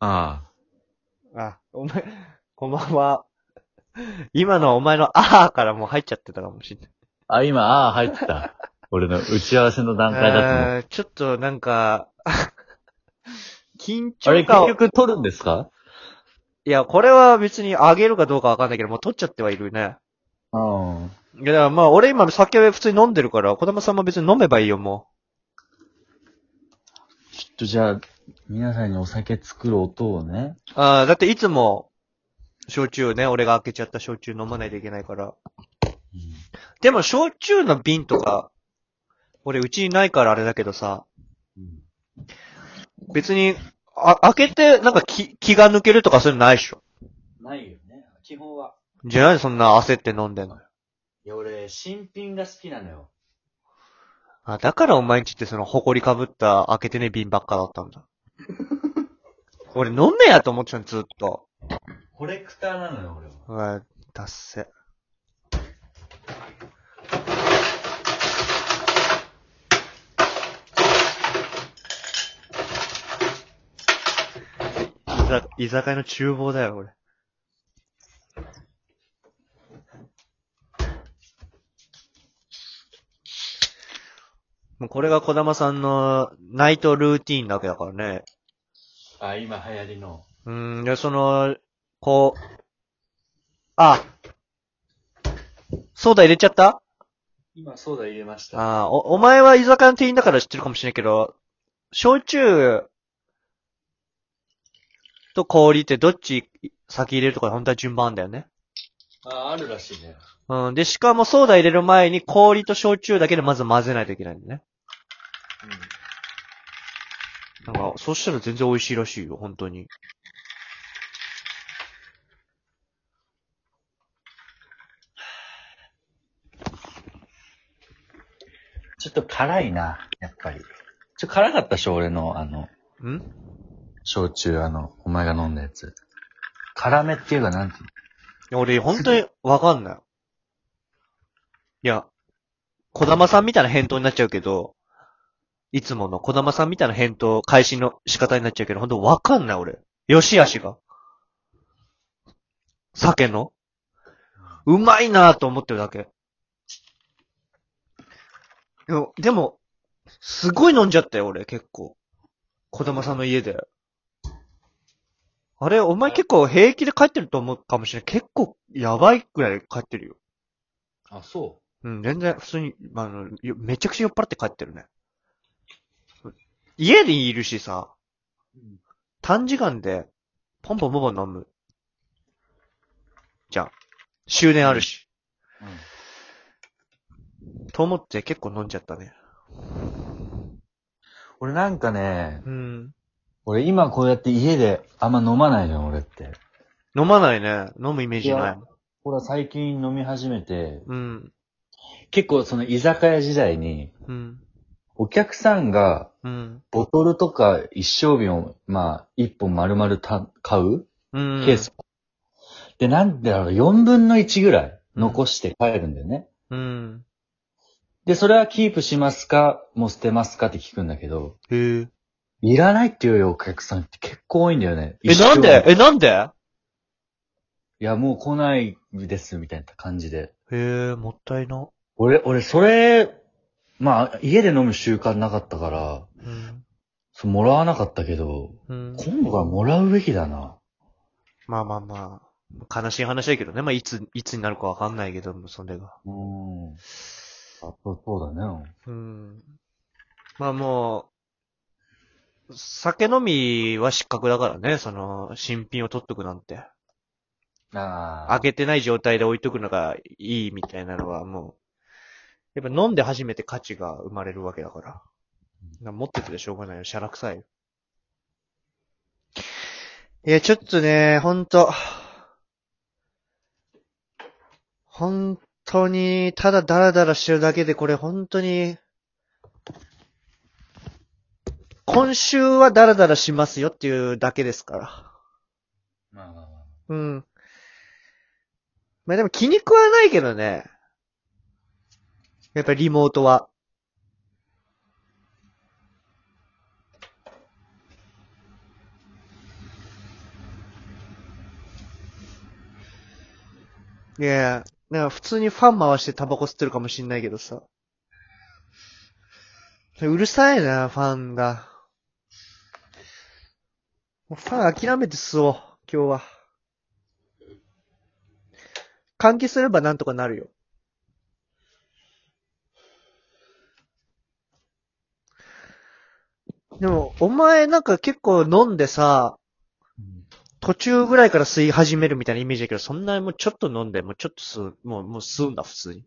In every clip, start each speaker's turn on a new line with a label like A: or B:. A: あ
B: あ、お前、こんばんは。今のお前のあーからもう入っちゃってたかもしれない。
A: あ。あ、今、ああ、入って た。俺の打ち合わせの段階だと思う。
B: えーちょっとなんか、 緊
A: あれ、
B: 張
A: 結
B: 感を。
A: 局撮るんですか
B: いや、これは別に上げるかどうかわかんないけど、もう取っちゃってはいるね。
A: うん。
B: いや、だからまあ俺今酒は普通に飲んでるから、小玉さんも別に飲めばいいよ、も
A: ちょっとじゃあ、皆さんにお酒作る音をね。
B: う。ああ、だっていつも、焼酎ね、俺が開けちゃった焼酎飲まないといけないから。でも、焼酎の瓶とか、俺、うちにないからあれだけどさ、別に、あ、開けて、なんか気、気が抜けるとかそういうのないっしょ。
A: ないよね。基本は。
B: じゃあなんでそんな焦って飲んでんの
A: いや、俺、新品が好きなのよ。
B: あ、だからお前んちってその、埃かぶった、開けてねえ瓶ばっかだったんだ。俺、飲んねえやと思ってたの、ずっと。
A: コレクターなのよ、俺は。
B: うわ、達成。居酒居酒屋の厨房だよ、俺。もうこれが小玉さんのナイトルーティーンなわけだからね。
A: あ、今流行りの。
B: うーん、で、その、こう、あ、ソーダ入れちゃった
A: 今、ソーダ入れまし。
B: ああ、お、お前は居酒屋の店員だから知ってるかもしれないけど、焼酎と氷ってどっち先入れるとか本当は順番あんだよね。
A: あ、あるらしいね。
B: うん。で、しかもソーダ入れる前に氷と焼酎だけでまず混ぜないといけないんだね。なんか、そしたら全然美味しいらしいよ、本当に。
A: ちょっと辛いな、やっぱり。ちょ、辛かったでしょ、俺の、あの、
B: ん
A: 焼酎、あの、お前が飲んだやつ。辛めっていうか、なんていう
B: いや俺、本当にわかんない。いや、小玉さんみたいな返答になっちゃうけど、いつもの小玉さんみたいな返答、返しの仕方になっちゃうけど、本当わかんない、俺。よしあしが。酒の。うまいなぁと思ってるだけ。でも、でも、すごい飲んじゃったよ、俺、結構。小玉さんの家で。あれ、お前結構平気で帰ってると思うかもしれない。結構やばいくらい帰ってるよ。
A: あ、そ
B: うん、全然普通に、まああの、よめちゃくちゃ酔っ払って帰ってるね。家でいるしさ、
A: う、
B: 短時間で、ポンポンポンポン飲む。じゃん。終電あるし。と思って結構飲んじゃったね。
A: 俺なんかね、
B: うん。
A: 俺今こうやって家であんま飲まないじゃん、俺って。
B: 飲まないね。飲むイメージ
A: い。
B: ない
A: 俺は最近飲み始めて、
B: うん。
A: 結構その居酒屋時代に、
B: うん。
A: お客さんが
B: うん。
A: ボトルとか一升瓶を、まあ、一本丸々た買う
B: うん。
A: ケース。。で、なんだろう、4分の1ぐらい残して帰るんだよね。
B: うん。
A: で、それはキープしますかもう捨てますかって聞くんだけど、
B: へえ。
A: いらないっていうお客さんって結構多いんだよね。
B: え、
A: 一生
B: なんでえ、なんでへ
A: いや、もう来ないです、みたいな感じで。
B: え、もったいな。
A: 俺、俺、それ、まあ、家で飲む習慣なかったから、
B: うん。
A: そうもらわなかったけど、
B: うん。
A: 今度はもらうべきだな。
B: まあまあまあ、悲しい話だけどね。まあ、いつ、いつになるかわかんないけども、それが。
A: うん。あ、そうそうだね。
B: うん。まあもう、酒飲みは失格だからね、その、新品を取っとくなんて。
A: あ
B: 開けてない状態で置いとくのがいいみたいなのはもう、やっぱ飲んで初めて価値が生まれるわけだから。な持っててでしょうがないよ。シャラ臭いよ。いや、ちょっとね、ほんと、本当に、ただダラダラしてるだけで、これ本当に、今週はダラダラしますよっていうだけですから。
A: まあまあまあ。
B: うん。まあでも気に食わないけどね。やっぱりリモートは。いや、なんか普通にファン回してタバコ吸ってるかもしんないけどさ。うるさいな、ファンが。もうファン諦めて吸おう、今日は。換気すればなんとかなるよ。でも、お前なんか結構飲んでさ、途中ぐらいから吸い始めるみたいなイメージだけど、そんなもうちょっと飲んで、もうちょっと吸う、もう、もう吸うんだ、普通に。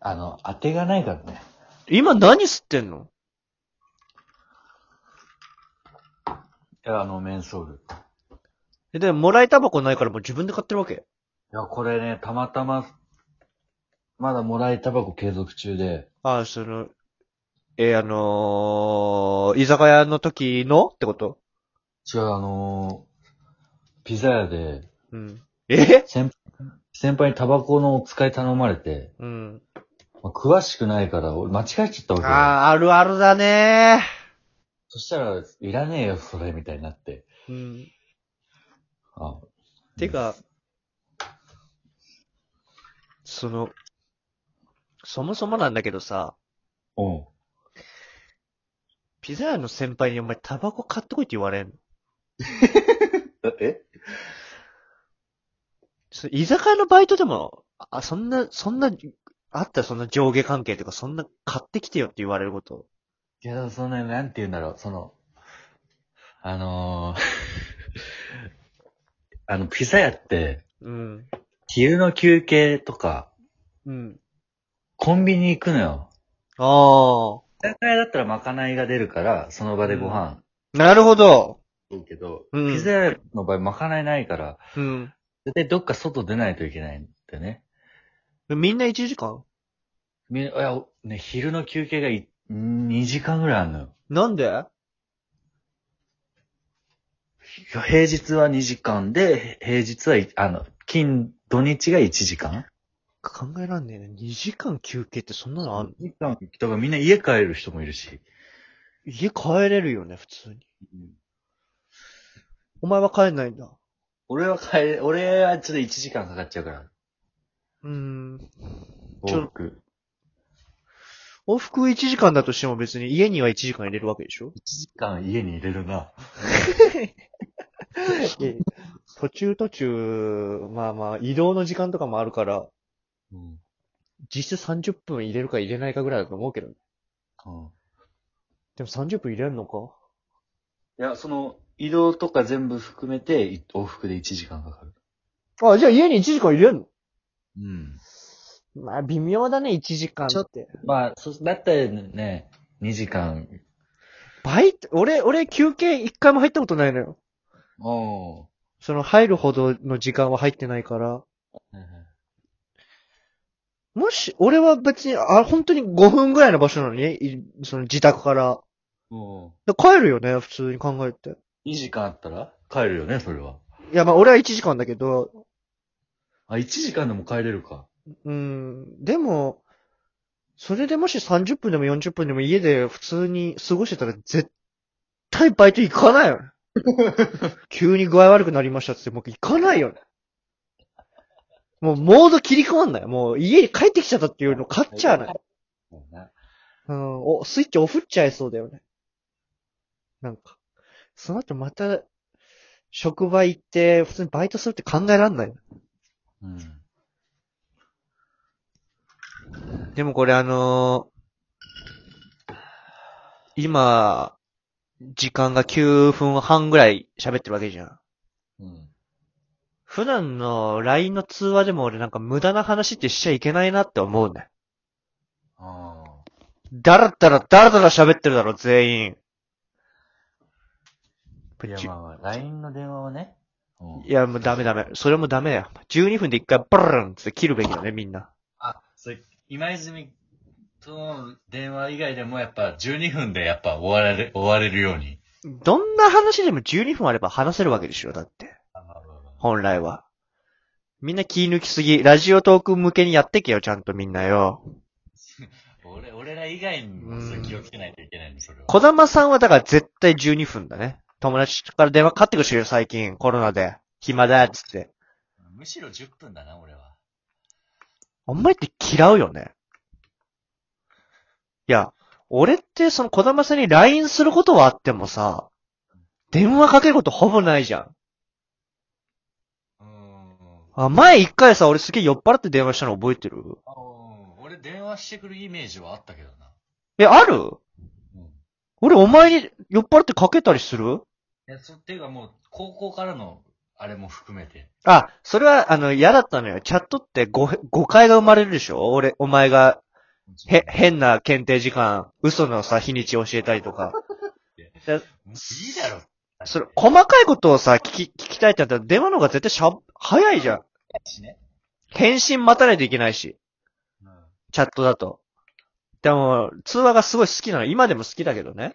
A: あの、当てがないからね。
B: 今何吸ってんの
A: いや、あの、メンソール。い
B: え、でも、もらいタバコないからもう自分で買ってるわけ
A: や、これね、たまたま、まだもらいタバコ継続中で、
B: ああ、その、えーあのー居酒屋の時のってこと
A: 違う、あのーピザ屋で、
B: うん。え
A: 先先輩にタバコのお使い頼まれて、
B: うん。
A: まあ詳しくないから、俺間違えちゃったわけ
B: あ
A: よ
B: あ、あるあるだね
A: そしたら、いらねえよ、それ、みたいになって。
B: うん。
A: あ
B: てか、その、そもそもなんだけどさ、
A: うん。
B: ピザ屋の先輩にお前タバコ買ってこいって言われんの
A: え
B: そ居酒屋のバイトでも、あ、そんな、そんな、あったそんな上下関係とか、そんな買ってきてよって言われること。
A: いや、そのね、なんて言うんだろう、その、あのー、 あの、ピザ屋って、
B: うん。
A: 昼の休憩とか、
B: うん。
A: コンビニ行くのよ。
B: あ
A: 居酒屋だったらまかないが出るから、その場でご飯。
B: あ。なるほど。
A: いいけど、
B: うん
A: ピザ屋の場合まかないないから、
B: うん。
A: 絶対どっか外出ないといけないんだよね。
B: みんな1時間
A: みいや、おね、昼の休憩がい2時間ぐらいあるのよ。
B: なんで
A: 平日は2時間で、平日はい、あの、金、土日が1時間
B: 考えらんねえな。2時間休憩ってそんなのあんの
A: ?2 時間。だからみんな家帰る人もいるし。
B: 家帰れるよね、普通に。お前は帰んないんだ。
A: 俺は帰れ、俺はちょっと1時間かかっちゃうから。
B: うーん。ちょ
A: 往復。
B: 往復1時間だとしても別に家には1時間入れるわけでしょ
A: 1時間家に入れるな。
B: 途中途中、まあまあ、移動の時間とかもあるから、
A: うん。
B: 実質30分入れるか入れないかぐらいだと思うけどね。
A: うん。
B: でも30分入れるのか
A: いや、その、移動とか全部含めて、い往復で1時間かかる。
B: あ、じゃあ家に1時間入れんの
A: うん。
B: まあ、微妙だね、1時間。
A: ちょってまあ、そ、だったらね、2時間。
B: バイト、俺、俺休憩1回も入ったことないのよ。
A: おお。
B: その入るほどの時間は入ってないから。もし、俺は別に、あ、本当に5分ぐらいの場所なのに、いその自宅から。
A: お
B: で帰るよね、普通に考えて。
A: 2時間あったら帰るよね、それは。
B: いや、まあ俺は1時間だけど、
A: あ、1時間でも帰れるか。
B: うん、でも、それでもし30分でも40分でも家で普通に過ごしてたら絶対バイト行かないよね。急に具合悪くなりましたっつって、僕行かないよね。もうモード切り替わんない。もう家に帰ってきちゃったっていうの買っちゃうない。うん、お、スイッチオフっちゃいそうだよね。なんか。その後また、職場行って、普通にバイトするって考えらんない。
A: うん。
B: でもこれあのー今、時間が9分半ぐらい喋ってるわけじゃん。
A: うん。
B: 普段の LINE の通話でも俺なんか無駄な話ってしちゃいけないなって思うね。
A: ああ。
B: だらだら、だらだら喋ってるだろ、全員。
A: いや、まあまあ、LINE の電話はね。うん
B: いや、もうダメダメ。それもダメだよ。12分で一回バランって切るべきだね、みんな。
A: あ、それ、今泉との電話以外でもやっぱ12分でやっぱ終われ、終われるように。
B: どんな話でも12分あれば話せるわけでしょ、だって。
A: あまあまあまあ
B: 本来は。みんな気抜きすぎ。ラジオトーク向けにやってけよ、ちゃんとみんなよ。
A: 俺、俺ら以外にもそれ気をつけないといけないの、それは。
B: 小玉さんはだから絶対12分だね。友達から電話かかってくるしよ、最近。コロナで。暇だ、っつって。
A: むしろ10分だな、俺は。
B: あんまりって嫌うよね。いや、俺ってその小玉さんに LINE することはあってもさ、電話かけることほぼないじゃん。
A: うーん。
B: あ、前一回さ、俺すげえ酔っ払って電話したの覚えてる
A: あうん俺電話してくるイメージはあったけどな。
B: え、ある
A: うん。い
B: 俺お前に酔っ払ってかけたりする
A: や、そ、っていうかもう、高校からの、あれも含めて。
B: あ、それは、あの、嫌だったのよ。チャットって誤、誤解が生まれるでしょ俺、お前が、へ、変な検定時間、嘘のさ、日にち教えたりとか。
A: もういいだろ。
B: それ、細かいことをさ、聞き、聞きたいってなったら、電話の方が絶対しゃ、早いじゃん。
A: しね。
B: 返信待たないといけないし、
A: うん。
B: チャットだと。でも、通話がすごい好きなの。今でも好きだけどね。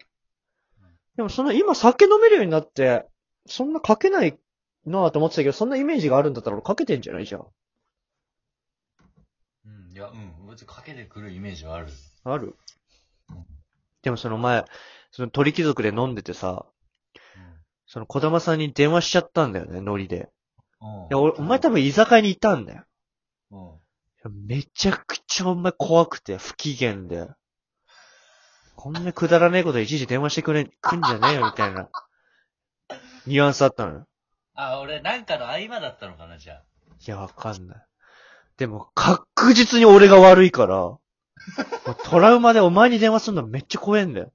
B: でも、その、今酒飲めるようになって、そんなかけないなぁと思ってたけど、そんなイメージがあるんだったら俺かけてんじゃないじゃん。
A: うん、いや、うん。別にかけてくるイメージはある。
B: ある
A: うん
B: でもその前、その鳥貴族で飲んでてさ、
A: うん
B: その小玉さんに電話しちゃったんだよね、ノリで。
A: うん
B: いや、俺、お前多分居酒屋にいたんだよ。
A: うん。
B: めちゃくちゃお前怖くて、不機嫌で。こんなくだらねえこといちいち電話してくれ、くんじゃねえよ、みたいな。ニュアンスあったのよ。
A: あ、俺なんかの合間だったのかな、じゃあ。
B: いや、わかんない。でも、確実に俺が悪いから、もうトラウマでお前に電話するのめっちゃ怖えんだよ。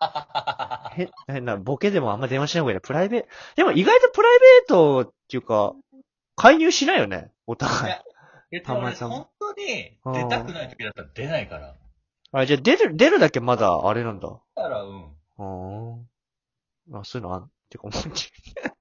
B: へ変な、ボケでもあんま電話しない方がいいな。プライベート。でも意外とプライベートっていうか、介入しないよね。お互い
A: いや。別
B: た
A: に
B: ま
A: 俺
B: たま
A: 本当に出たくない時だったら出ないから。
B: あ、じゃあ出る、出るだけまだあれなんだ。
A: だから、うん。
B: 어,うーん。あ、そういうのあん、てか思いっきり